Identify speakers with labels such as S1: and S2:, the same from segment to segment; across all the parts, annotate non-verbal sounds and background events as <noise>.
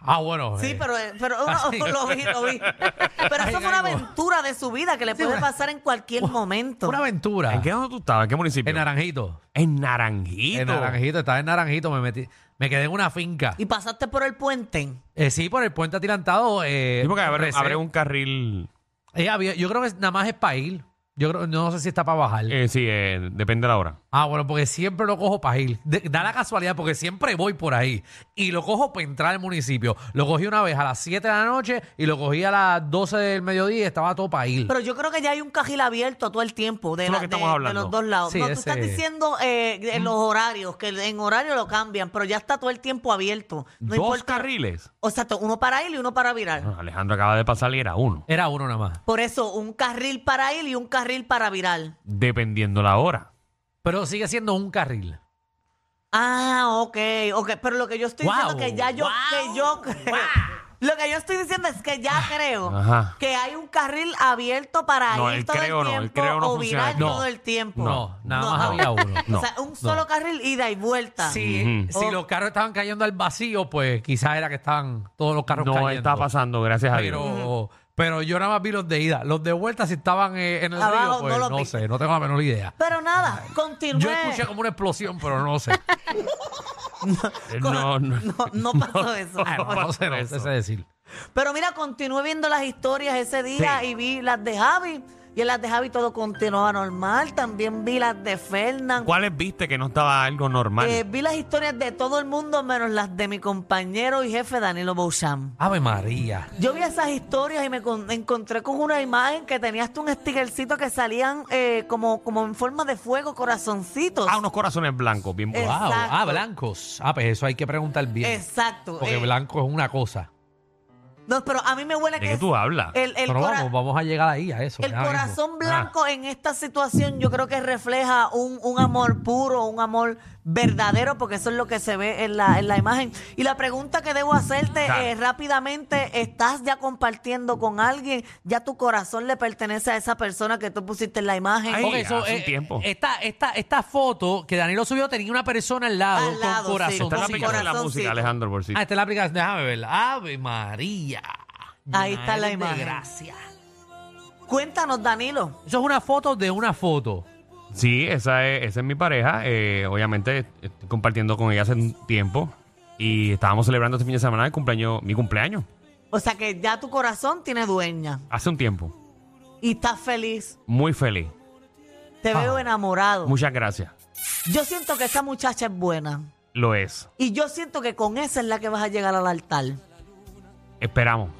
S1: Ah, bueno.
S2: Sí,
S1: eh,
S2: pero,
S1: <laughs>
S2: pero uno-
S1: Ay,
S2: <laughs> lo vi, lo vi. Pero
S1: Ay,
S2: eso fue una
S1: algo.
S2: aventura de su vida que le puede
S1: una-
S2: pasar en cualquier momento.
S1: Una aventura.
S3: ¿En qué dónde tú estabas? ¿En qué municipio?
S1: Ah. En Naranjito.
S3: En Naranjito.
S1: En Naranjito, estaba en Naranjito, me metí, me quedé en una finca.
S2: Y pasaste por el puente.
S1: Eh, sí, por el puente atirantado. Eh,
S3: Sí, porque abre,
S1: recé.
S3: abre un carril.
S1: Eh, había- yo creo que nada más es para ir. Yo creo, no sé si está para bajar.
S3: eh, sí, eh, depende de la hora.
S1: Ah, bueno, porque siempre lo cojo para ir. De- da la casualidad, porque siempre voy por ahí. Y lo cojo para entrar al municipio. Lo cogí una vez a las 7 de la noche y lo cogí a las 12 del mediodía y estaba todo para ir.
S2: Pero yo creo que ya hay un cajil abierto todo el tiempo de,
S3: Eso es
S2: la-
S3: lo que
S2: de-
S3: estamos hablando.
S2: de los dos lados.
S1: Sí,
S2: no, tú
S1: ese-
S2: estás diciendo eh, en los horarios, que en horario lo cambian, pero ya está todo el tiempo abierto. No
S3: Dos
S2: importa.
S3: carriles.
S2: O sea, to- uno para ir y uno para virar.
S3: Ah, Alejandro acaba de pasar y era uno.
S1: Era uno nada más.
S2: Por eso, un carril para ir y un carril para virar.
S3: Dependiendo la hora.
S1: Pero sigue siendo un carril.
S2: Ah, ok, ok. Pero lo que yo estoy
S1: Guau,
S2: diciendo que ya yo, que yo <laughs> Lo que yo estoy diciendo es que ya creo
S3: Ah. Ajá.
S2: que hay un carril abierto para
S3: No,
S2: ir
S3: el
S2: todo
S3: creo
S2: el
S3: no, el
S2: tiempo
S3: creo no
S2: o virar
S3: funciona.
S2: todo
S1: No,
S2: el tiempo.
S1: No, nada
S2: No,
S1: más
S2: no.
S1: había uno.
S3: No.
S2: O sea, un solo carril ida y vuelta.
S1: Si,
S3: Ujú.
S1: si
S2: Oh.
S1: los carros estaban cayendo al vacío, pues quizás era que estaban todos los carros
S3: no
S1: cayendo.
S3: está pasando, gracias a Dios.
S1: Pero, pero yo nada más vi los de ida. Los de vuelta, si estaban eh, en el
S2: Abajo,
S1: río, pues
S2: no los
S1: no,
S2: vi.
S1: sé, no tengo la menor idea.
S2: Pero nada, continué.
S1: Yo escuché como una explosión, pero no sé.
S3: Eh, No, no.
S2: <laughs> No, no pasó eso.
S1: Ah, no, no sé, no sé
S3: Eso.
S1: decir.
S2: Pero mira, continué viendo las historias ese día y vi las de Javi. Y en las de Javi todo continuaba normal. También vi las de Fernan.
S3: ¿Cuáles viste que no estaba algo normal?
S2: Eh, vi las historias de todo el mundo menos las de mi compañero y jefe Danilo Beauchamp.
S1: Ave María.
S2: Yo vi esas historias y me con- encontré con una imagen que tenías tú un stickercito que salían eh, como, como en forma de fuego, corazoncitos.
S3: ah, unos corazones blancos, bien
S2: Eh,
S3: bonitos.
S1: Wow. Ah,
S2: Exacto.
S1: blancos. Ah, pues eso hay que preguntar bien.
S2: Exacto.
S1: Porque
S2: eh,
S1: blanco es una cosa.
S2: no, pero a mí me huele
S3: ¿De
S2: que
S3: qué
S2: es-
S3: tú hablas?
S2: el, el
S1: pero
S2: cora-
S1: vamos, vamos a llegar ahí a eso.
S2: el
S1: ya mismo. Ah.
S2: corazón blanco en esta situación yo creo que refleja un, un amor puro, un amor verdadero, porque eso es lo que se ve en la, en la imagen. Y la pregunta que debo hacerte
S3: Claro.
S2: eh, rápidamente, ¿estás ya compartiendo con alguien? ¿Ya tu corazón le pertenece a esa persona que tú pusiste en la imagen?
S3: Ay,
S1: Ok, so,
S3: hace un
S1: eh,
S3: tiempo.
S1: Esta, esta, esta foto que Danilo subió tenía una persona al lado,
S2: Al lado,
S1: con
S2: sí.
S1: corazón.
S3: Está en la
S2: sí,
S3: aplicación de la
S2: corazoncito.
S3: música, Alejandro, por si.
S1: Ah, esta es la aplicación. Déjame verla. Ave María.
S2: Ahí está la
S1: eres de
S2: imagen.
S1: gracia.
S2: Cuéntanos, Danilo.
S1: Eso es una foto de una foto.
S3: Sí, esa es, esa es mi pareja. eh, obviamente estoy compartiendo con ella hace un tiempo. Y estábamos celebrando este fin de semana el cumpleaños, mi cumpleaños.
S2: O sea que ya tu corazón tiene dueña
S3: Hace un tiempo.
S2: y estás feliz.
S3: Muy feliz.
S2: Te
S1: Ah.
S2: veo enamorado.
S3: Muchas gracias.
S2: Yo siento que esa muchacha es buena.
S3: lo es.
S2: Y yo siento que con esa es la que vas a llegar al altar.
S3: Esperamos.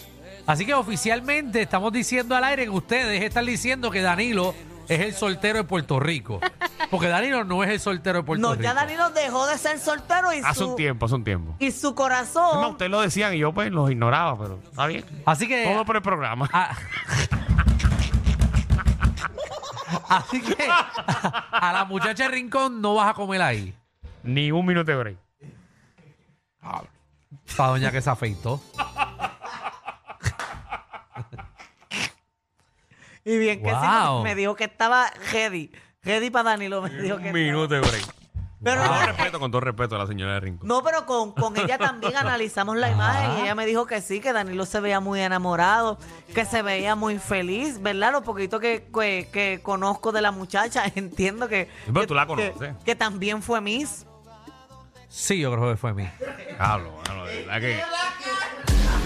S1: Así que oficialmente estamos diciendo al aire que ustedes están diciendo que Danilo es el soltero de Puerto Rico. Porque Danilo no es el soltero de Puerto
S2: no,
S1: Rico.
S2: ya Danilo dejó de ser soltero y
S3: Hace
S2: su,
S3: un tiempo, hace un tiempo.
S2: y su
S3: Es más,
S2: corazón.
S3: ustedes lo decían y yo pues los ignoraba, pero está bien.
S1: Así que.
S3: Todo por el programa. <laughs>
S1: Ah. <laughs> Así que a la muchacha de Rincón no vas a comer ahí.
S3: Ni un minuto de break.
S1: Esta doña que se afeitó.
S2: Y bien que sí,
S1: Wow.
S2: me dijo que estaba ready. Ready para Danilo, me dijo que
S3: Un minuto de break.
S2: estaba. Pero
S3: Con todo
S2: no,
S3: respeto, con todo respeto a la señora de Rincón.
S2: no, pero con, con ella
S3: <laughs>
S2: también analizamos la imagen. y Ella me dijo que sí, que Danilo se veía muy enamorado, que se veía muy feliz, ¿verdad? Lo poquito que, que, que conozco de la muchacha, <laughs> entiendo que.
S3: Sí, pero
S2: que-
S3: tú la
S2: que-
S3: conoces.
S2: que también fue Miss.
S1: Sí, yo creo que fue a mí.
S3: Hablo, hablo, de verdad que.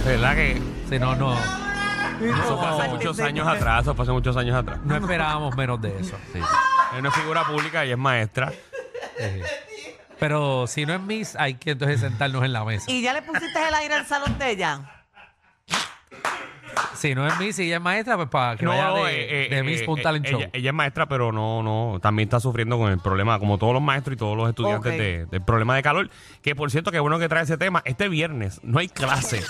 S3: de verdad que.
S1: Sí, no, no.
S3: Eso fue hace
S2: No.
S3: muchos años atrás, eso fue hace muchos años atrás.
S1: No esperábamos menos de eso.
S3: Es una figura pública y es maestra.
S1: Eh, Pero si no es Miss, hay que entonces sentarnos en la mesa.
S2: ¿Y ya le pusiste el aire al salón de ella?
S1: Si no es Miss y ella es maestra, pues para que
S3: No,
S1: vaya
S3: eh,
S1: de,
S3: eh,
S1: de Miss
S3: eh,
S1: Punta Talent
S3: eh,
S1: Show.
S3: Ella, ella es maestra, pero no, no, también está sufriendo con el problema, como todos los maestros y todos los estudiantes
S2: Ok.
S3: de- del problema de calor. Que por cierto, que bueno que trae ese tema. Este viernes no hay clase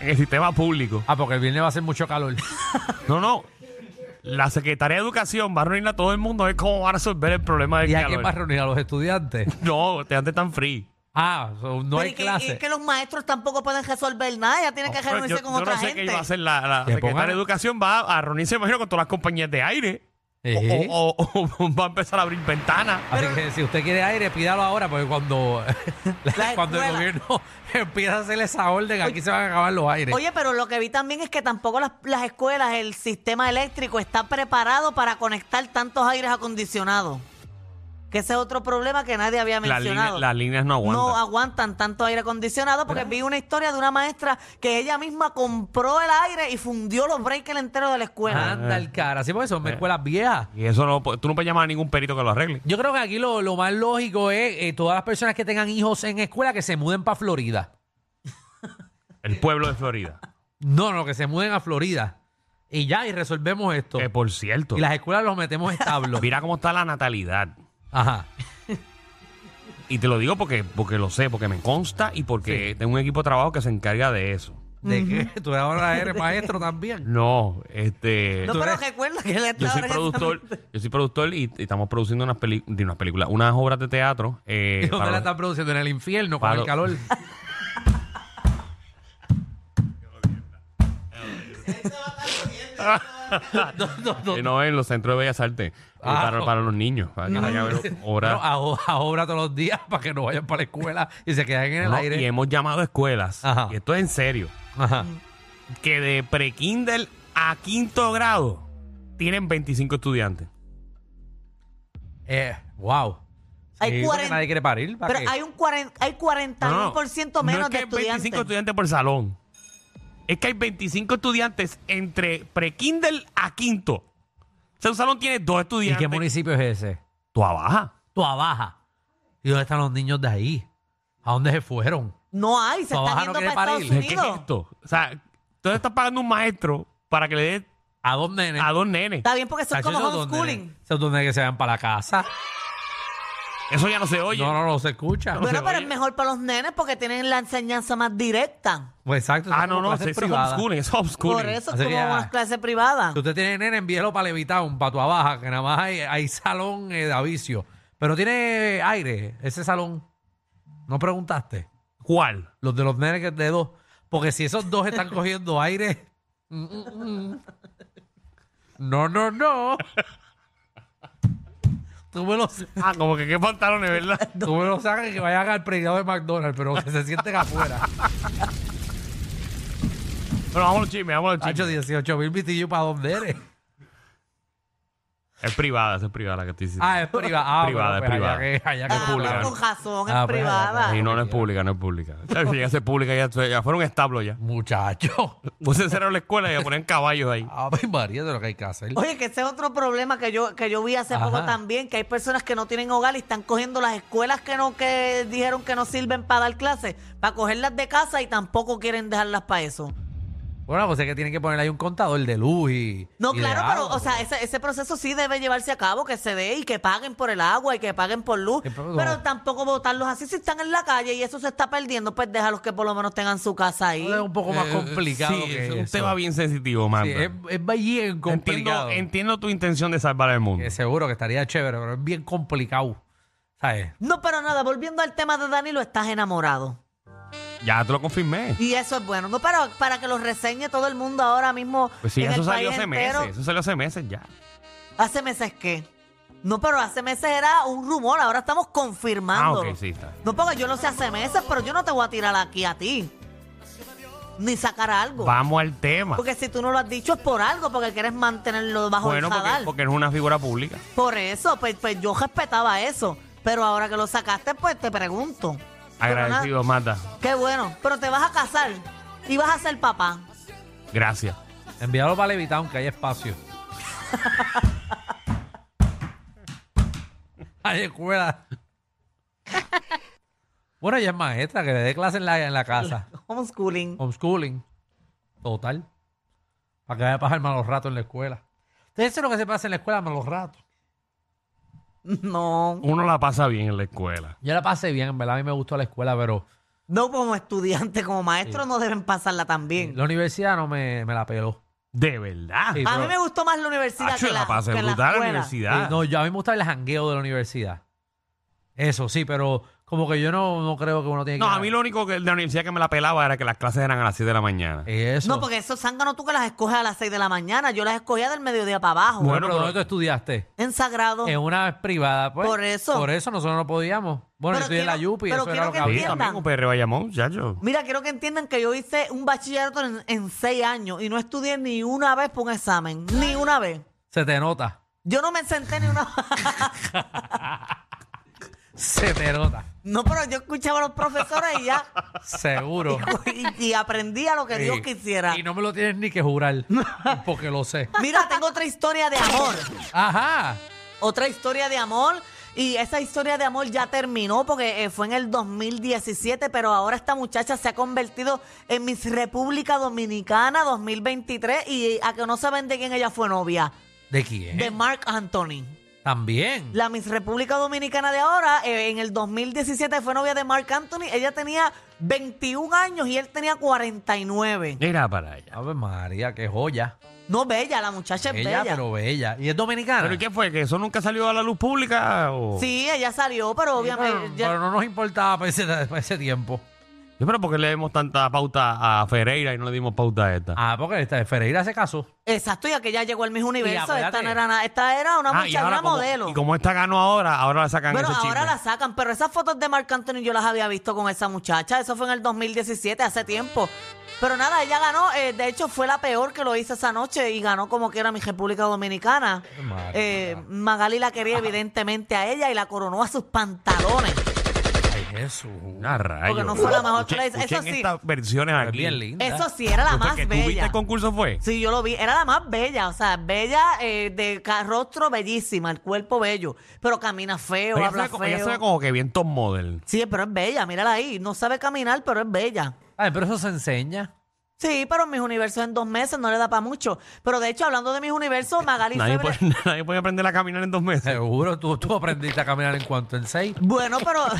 S3: en el sistema público.
S1: Ah, porque el viernes va a hacer mucho
S3: <laughs>
S1: calor.
S3: No, no. La Secretaría de Educación va a reunir a todo el mundo a ver cómo va a resolver el problema del
S1: ¿Y a
S3: calor.
S1: quién va a reunir a los estudiantes?
S3: No, te antes tan free.
S1: Ah, so- no
S2: Pero
S1: hay
S2: y que,
S1: clase.
S2: y que los maestros tampoco pueden resolver nada. Ella tiene que
S3: Pero
S2: reunirse
S3: yo,
S2: con
S3: yo
S2: otra
S3: no sé
S2: gente.
S3: qué iba a hacer la, la
S1: Que
S3: Secretaría
S1: pongan-
S3: de Educación. Va a reunirse, imagino, con todas las compañías de aire. O-
S2: Oh,
S1: Ejé.
S3: O, o- o <laughs> va a empezar a abrir ventanas.
S1: Eh, Así que si usted quiere aire, pídalo ahora, porque cuando,
S2: La
S1: <laughs> cuando el
S2: escuela.
S1: gobierno empieza a hacer esa orden, aquí se van a acabar los aires.
S2: Oye, pero lo que vi también es que tampoco las, las escuelas, el sistema eléctrico está preparado para conectar tantos aires acondicionados. Que ese es otro problema que nadie había
S3: Las líneas,
S2: mencionado.
S3: las líneas no aguantan.
S2: no aguantan tanto aire acondicionado porque vi una historia de una maestra que ella misma compró el aire y fundió los breakers enteros de la escuela.
S3: Ah,
S1: Anda el cara. Así porque
S3: Eh.
S1: son escuelas viejas.
S3: y eso no, po- tú no puedes llamar a ningún perito que lo arregle.
S1: Yo creo que aquí lo, lo más lógico es eh, todas las personas que tengan hijos en escuela que se muden para Florida.
S3: El pueblo de Florida.
S1: No, no, que se muden a Florida. Y ya, y resolvemos esto.
S3: que por cierto,
S1: Y las escuelas los
S3: <laughs>
S1: metemos establos.
S3: mira cómo está la natalidad.
S1: Ajá.
S3: Y te lo digo porque, porque lo sé, porque me consta y porque tengo un equipo de trabajo que se encarga de eso.
S1: ¿De qué? Tú ahora eres maestro también.
S3: No, este.
S2: No,
S1: tú
S2: pero
S1: eres-
S2: recuerda que le
S3: yo
S2: estaba
S3: soy productor, yo soy productor y, y estamos produciendo unas peli- de unas películas, unas obras de teatro. eh,
S1: ¿Dónde
S3: para-
S1: la están produciendo? En el infierno, con
S3: para- <laughs>
S1: el calor. No, no, no.
S3: Eh, no, en los centros de Bellas Artes. eh,
S1: Ah.
S3: para, para los niños. Para que vayan a ver obras.
S1: No, a, a obra todos los días para que no vayan para la escuela y se queden en el
S3: No,
S1: aire.
S3: Y hemos llamado a escuelas.
S1: Ajá.
S3: Y esto es en serio.
S1: Ajá.
S3: Que de pre-Kindle a quinto grado tienen 25 estudiantes.
S1: Eh, wow.
S2: Hay
S1: Sí, porque
S2: 40
S1: nadie quiere parir. ¿para
S2: Pero
S1: qué?
S2: hay un 40, hay 41%
S3: No, no,
S2: menos
S3: no es que
S2: de
S3: hay 25
S2: estudiantes.
S3: estudiantes por salón. Es que hay 25 estudiantes entre pre-Kindle a quinto. O sea, un salón tiene dos
S1: ¿Y
S3: estudiantes.
S1: qué municipio es ese?
S3: Tú abaja.
S1: Tuabaja. ¿Y dónde están los niños de ahí? ¿A dónde se fueron?
S2: No hay, se
S1: Trabajar
S2: están
S1: no
S2: yendo
S1: quiere
S2: para Estados
S1: parir.
S3: ¿Qué es
S2: Unidos.
S3: esto? O sea, tú estás pagando un maestro para que le dé
S1: ¿A dónde? nene?
S3: a dos nenes.
S2: Está bien porque son
S1: Tacho,
S2: Ah, como
S1: eso es donde-
S2: homeschooling.
S1: Eso es donde que se van para la casa.
S3: Eso ya no se oye.
S1: No, no, no se escucha.
S2: Bueno, pero
S3: oye.
S2: es mejor para los nenes porque tienen la enseñanza más directa.
S1: Pues exacto.
S3: Ah, no, no, eso es homeschooling, es homeschooling.
S2: Por eso es
S1: Así
S2: como
S1: que ya-
S2: unas clases privadas.
S1: Si usted tiene nene, envíelo para Levitown, para tu abaja, que nada más hay, hay salón eh, de avicio. Pero tiene aire ese salón. ¿No preguntaste?
S3: ¿Cuál?
S1: Los de los nenes que de dos. Porque si esos dos están cogiendo aire. mm, mm, mm. No, no, no. Tú me lo, tú
S3: Ah, como que qué pantalones, ¿verdad?
S1: me lo sacas que vayan al predicado de McDonald's, pero que se sienten afuera.
S3: <laughs> Bueno, vamos a los chismes, vamos a los
S1: Hacho,
S3: chismes.
S1: 18 mil vitillos para dónde eres.
S3: Es privada, esa es privada la que estoy diciendo.
S1: Ah, es privada. Ah,
S3: Privada, es
S1: bueno, pues allá
S3: privada.
S1: que- allá que
S3: Es
S1: tú-
S3: pública.
S2: Ah, con razón, es
S1: Ah, pues,
S2: privada.
S1: ah,
S3: Y no, no es pública, no es pública. ¿Sabes? Si ya se pública, ya, ya fueron establos ya.
S1: Muchacho.
S3: Puse cero en la escuela y ya ponían caballos ahí.
S1: Ay, María, de lo que hay que hacer.
S2: Oye, que ese es otro problema que yo, que yo vi hace poco
S1: Ajá.
S2: también, que hay personas que no tienen hogar y están cogiendo las escuelas que no que dijeron que no sirven para dar clases, para cogerlas de casa y tampoco quieren dejarlas para eso.
S1: Bueno, pues es que tienen que poner ahí un contador de luz y.
S2: No,
S1: y de
S2: claro, pero
S1: agua,
S2: o sea, ese, ese proceso sí debe llevarse a cabo, que se dé y que paguen por el agua y que paguen por luz,
S1: Sí, pero
S2: pero,
S1: no.
S2: tampoco votarlos así si están en la calle y eso se está perdiendo, pues déjalos que por lo menos tengan su casa ahí.
S1: Es un poco más
S3: Eh,
S1: complicado
S3: sí,
S1: que
S3: es un
S1: eso.
S3: tema bien sensitivo,
S1: Sí,
S3: Magda.
S1: es, es bien complicado.
S3: entiendo, entiendo tu intención de salvar el mundo.
S1: Que seguro que estaría chévere, pero es bien complicado. ¿Sabes?
S2: No, pero nada, volviendo al tema de Danilo, estás enamorado.
S3: Ya te lo confirmé.
S2: Y eso es bueno. No, para, para que lo reseñe todo el mundo ahora mismo.
S3: Pues sí,
S2: en
S3: eso
S2: el
S3: salió
S2: país
S3: hace
S2: entero.
S3: meses. Eso salió hace meses ya.
S2: ¿Hace meses qué? No, pero hace meses era un rumor, ahora estamos
S3: Ah,
S2: confirmando.
S3: ok, sí, está.
S2: No, porque yo lo sé hace meses, pero yo no te voy a tirar aquí a ti. Ni sacar algo.
S3: Vamos al tema.
S2: Porque si tú no lo has dicho es por algo, porque quieres mantenerlo bajo
S3: Bueno,
S2: el
S3: porque,
S2: radar.
S3: porque es una figura pública.
S2: Por eso, pues, pues yo respetaba eso. Pero ahora que lo sacaste, pues te pregunto. Pero nada,
S3: Agradecido, Magda.
S2: Qué bueno. Pero te vas a casar y vas a ser papá.
S3: Gracias.
S1: Envíalo para Levitown, que hay espacio. hay escuela. bueno, ella es maestra, que le dé clase en la, en la casa.
S2: Homeschooling. <laughs>
S1: Homeschooling. Total. Para que vaya a pasar malos ratos en la escuela. Entonces, eso es lo que se pasa en la escuela, malos ratos.
S2: No.
S3: Uno la pasa bien en la escuela.
S1: Yo la pasé bien, en verdad, a mí me gustó la escuela, pero
S2: No como estudiante, como maestro no deben pasarla tan bien.
S1: la universidad no me, me la peló.
S3: De verdad.
S1: Sí,
S2: A
S1: pero-
S2: mí me gustó más la universidad
S3: Acho,
S2: que la,
S3: la pasé
S2: que la
S3: brutal en la
S2: escuela.
S3: universidad.
S1: Eh, no, yo a mí me gusta el jangueo de la universidad. Eso sí, pero como que yo no, no creo que uno tiene
S3: No,
S1: que.
S3: a mí lo único que de la universidad que me la pelaba era que las clases eran a las 7 de la mañana.
S2: Eh,
S1: Eso.
S2: No, porque esos zánganos tú que las escoges a las 6 de la mañana. Yo las escogía del mediodía para abajo.
S1: Bueno,
S3: Bueno,
S1: pero
S3: pero-
S1: ¿dónde tú estudiaste?
S2: en sagrado.
S1: En una privada, pues.
S2: Por eso.
S1: Por eso nosotros no podíamos.
S2: Pero
S1: Bueno, yo estudié en la
S2: quiero-
S1: Yupi,
S2: pero
S1: eso era
S2: quiero
S1: lo
S2: que
S1: que
S3: Sí,
S1: había.
S2: entiendas.
S3: también un PR Bayamón, ya yo.
S2: Mira, quiero que entiendan que yo hice un bachillerato en, en seis años y no estudié ni una vez por un examen. Ni una vez.
S1: Se te nota.
S2: Yo no me senté ni una <laughs>
S1: Se te nota.
S2: No, pero yo escuchaba a los profesores y
S1: <laughs>
S2: ya. <laughs>
S1: Seguro.
S2: Y, y aprendía lo que Dios
S1: Sí.
S2: quisiera.
S1: Y no me lo tienes ni que
S2: <laughs>
S1: jurar. porque lo sé.
S2: Mira, tengo otra historia de amor.
S1: Ajá.
S2: otra historia de amor. Y esa historia de amor ya terminó porque eh, fue en el 2017, pero ahora esta muchacha se ha convertido en Miss República Dominicana 2023 y eh, a que no saben de quién ella fue novia,
S1: ¿De quién?
S2: de Mark Anthony.
S1: También.
S2: La Miss República Dominicana de ahora, eh, en el 2017 fue novia de Mark Anthony, ella tenía 21 años y él tenía 49.
S3: Era para
S2: Ah,
S3: allá.
S1: Ave María, qué joya.
S2: No, bella, la muchacha es
S1: Bella,
S2: bella.
S1: pero bella. ¿Y es dominicana?
S3: ¿Pero y qué fue? ¿Que eso nunca salió a la luz pública? O...
S2: Sí, ella salió, pero obviamente...
S1: Pero,
S2: ya-
S1: Ah, pero no nos importaba para ese, para ese tiempo.
S3: Yo, pero ¿por qué le dimos tanta pauta a Ferreira y no le dimos pauta a esta?
S1: Ah, porque esta de Ferreira se casó.
S2: Exacto, y aquella llegó al mismo
S1: Y
S2: universo.
S1: acuérdate.
S2: Esta no era nada. Esta era una
S3: Ah,
S2: muchacha, una
S3: como,
S2: modelo.
S3: y como esta ganó ahora, ahora la sacan
S2: bueno,
S3: ese chisme.
S2: ahora la sacan, pero esas fotos de Marc Anthony yo las había visto con esa muchacha. Eso fue en el 2017, hace tiempo. Pero nada, ella ganó. eh, de hecho, fue la peor que lo hizo esa noche y ganó como que era mi República Dominicana.
S1: Madre
S2: Eh, Magali la quería evidentemente a ella y la coronó a sus pantalones.
S1: Ay, Jesús.
S3: Ah, rayos.
S2: Porque no fue la mejor
S3: Escuchen-
S2: que la hizo. Eso
S3: escuchen
S2: sí.
S3: estas versiones
S1: Pero es
S3: aquí.
S1: bien linda.
S2: Eso sí, era la
S3: Porque
S2: más
S3: que tú viste
S2: bella.
S3: el concurso fue.
S2: Sí, yo lo vi. Era la más bella, o sea, bella eh, de ca- rostro bellísima, el cuerpo bello, pero camina feo,
S3: Pero ella, se
S2: habla
S3: ve, como- ella se
S2: feo.
S3: ve como que bien top model.
S2: Sí, pero es bella, mírala ahí. No sabe caminar, pero es bella.
S1: Ay, Ah, pero eso se enseña.
S2: Sí, pero mis universos en dos meses no le da para mucho. Pero de hecho, hablando de mis universos,
S1: Eh,
S2: Magali
S3: Nadie
S2: Febre-
S3: puede, <laughs>
S1: <laughs>
S3: nadie puede aprender a caminar en dos meses.
S1: Seguro, tú, tú aprendiste a caminar en cuanto en seis.
S2: Bueno, pero <laughs> o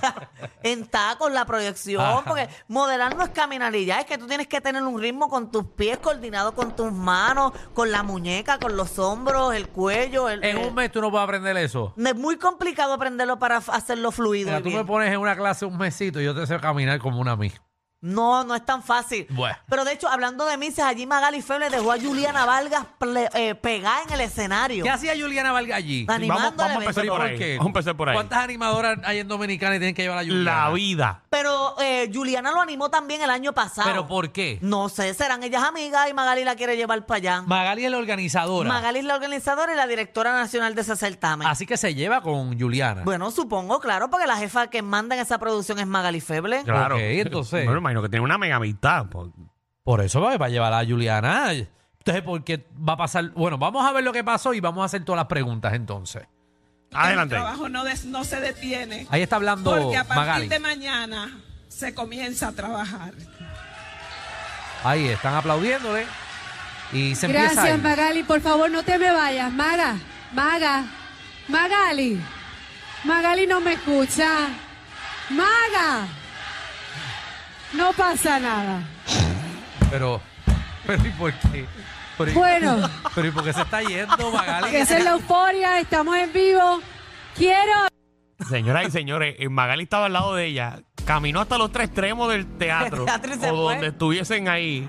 S2: sea, en tacos, la proyección,
S1: Ajá.
S2: porque modelar no es caminar y ya, es que tú tienes que tener un ritmo con tus pies coordinado con tus manos, con la muñeca, con los hombros, el cuello. El,
S1: En
S2: el-
S1: un mes tú no puedes aprender eso.
S2: Es muy complicado aprenderlo para f- hacerlo
S1: O
S2: fluido.
S1: sea,
S2: y
S1: tú
S2: bien.
S1: me pones en una clase un mesito y yo te sé caminar como una mí.
S2: No, no es tan fácil.
S1: Bueno.
S2: Pero de hecho, hablando de misas, allí Magali Feble dejó a Juliana Vargas ple- eh, pegada en el escenario.
S1: ¿Qué hacía Juliana Vargas allí?
S2: Dani,
S3: Vamos,
S2: Animando
S3: vamos a
S2: al
S3: empezar
S1: ¿Pero
S2: evento.
S3: por
S1: por
S3: ahí.
S1: qué?
S3: Vamos a empezar por ahí.
S1: ¿Cuántas animadoras hay en Dominicana y tienen que llevar a Juliana?
S3: La vida.
S2: Pero eh, Juliana lo animó también el año pasado.
S1: ¿Pero por qué?
S2: No sé, serán ellas amigas y Magali la quiere llevar para allá.
S1: Magali es la organizadora.
S2: Magali es la organizadora y la directora nacional de ese certamen.
S1: Así que se lleva con Juliana.
S2: Bueno, supongo, claro, porque la jefa que manda en esa producción es Magali Feble.
S3: Claro.
S1: Ok, entonces-
S3: Bueno, me imagino que tiene una mega amistad. pues. por-
S1: Por eso va va a llevar a Juliana. Entonces, ¿por qué va a pasar? Bueno, vamos a ver lo que pasó y vamos a hacer todas las preguntas entonces.
S3: Adelante.
S4: El trabajo no, des- no se detiene.
S1: Ahí está hablando
S4: Porque a partir
S1: Magali.
S4: de mañana se comienza a trabajar.
S1: Ahí están aplaudiéndole. Y se empieza.
S5: Gracias,
S1: ahí.
S5: Magali. Por favor, no te me vayas. Mara, Maga, Magali. Magali no me escucha. Maga. No pasa nada.
S1: Pero, pero ¿y por qué? Pero, ¿y-
S5: Bueno.
S1: Pero ¿y por qué se está yendo Magali?
S5: Esa es la euforia. Estamos en vivo. Quiero
S3: Señoras y señores, eh, Magali estaba al lado de ella. Caminó hasta los tres extremos del
S2: <laughs>
S3: teatro.
S2: El teatro y se
S3: o
S2: fue.
S3: donde estuviesen ahí.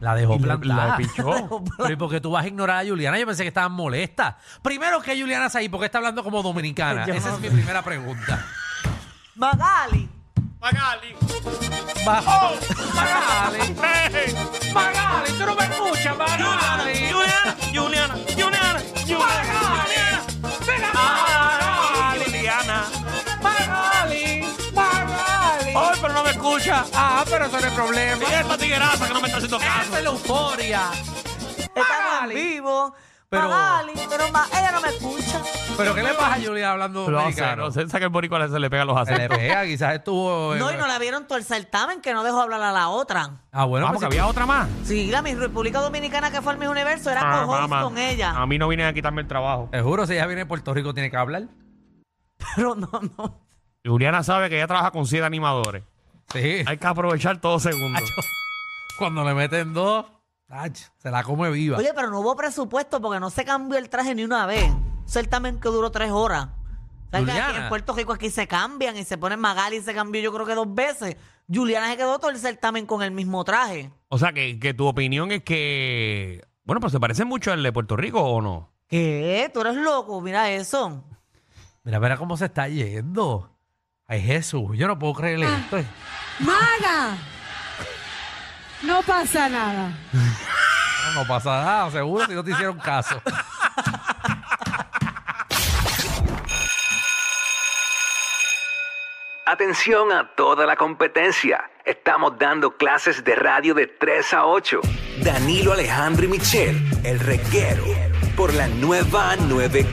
S1: La dejó
S3: Y la-
S1: plantada.
S3: la
S1: <laughs>
S3: pichó.
S1: Pero ¿y por qué tú vas a ignorar a Juliana? Yo pensé que estaban molesta. Primero que Juliana es ahí, porque está hablando como dominicana.
S2: Yo
S1: Esa
S2: no
S1: es mi primera pregunta.
S2: Magali. <laughs>
S3: Magali.
S1: Bajo.
S4: Oh,
S1: Magali,
S3: ¡Eh!
S1: Magali, tú no me escuchas, Magali.
S3: Juliana, Juliana, Juliana,
S1: Magali, ven acá,
S3: Ay, Juliana.
S1: Magali, Magali.
S3: Ay, pero no me escucha.
S1: Ah, pero eso no es problema.
S3: Mira esta tigueraza que no me está haciendo
S1: Esa
S3: caso.
S1: es la euforia.
S2: Estamos
S1: Magali.
S2: en vivo.
S1: Pero-
S2: Magali, pero ma- ella no me escucha.
S1: ¿Pero qué le pasa a Juliana hablando
S3: No sé,
S1: dominicano?
S3: no sé, saca el boricua se le pega los
S1: Se le
S3: acentos.
S1: pega, quizás estuvo... en-
S2: No, y no la vieron todo el certamen que no dejó hablar a la otra.
S1: Ah, bueno,
S3: Vamos, que
S1: pues,
S3: había otra más.
S2: Sí, la Miss República Dominicana que fue al Miss Universo era
S3: Ah,
S2: co-host
S3: mamá.
S2: con ella.
S3: A mí no vine a quitarme el trabajo.
S1: te juro, si ella viene de Puerto Rico tiene que hablar.
S2: Pero no, no.
S3: Juliana sabe que ella trabaja con siete animadores.
S1: Sí.
S3: Hay que aprovechar todo segundo.
S1: Acho. Cuando le meten dos, acho, se la come viva.
S2: Oye, pero no hubo presupuesto porque no se cambió el traje ni una vez. Un certamen que duró tres horas. ¿Sabes que aquí
S1: Juliana.
S2: en Puerto Rico aquí se cambian y se ponen Magali se cambió yo creo que dos veces. Juliana se quedó todo el certamen con el mismo traje.
S3: O sea, que, que tu opinión es que. Bueno, pues se parece mucho al de Puerto Rico o no.
S2: ¿Qué? ¿Tú eres loco? Mira eso.
S1: Mira, mira cómo se está yendo. Ay, Jesús, yo no puedo creerle
S2: Ah.
S1: esto.
S5: Maga. No pasa nada.
S1: No, no pasa nada, seguro, si no te hicieron caso.
S6: Atención a toda la competencia. Estamos dando clases de radio de 3 a 8. Danilo Alejandro y Michel, el reguero, por la nueva 94.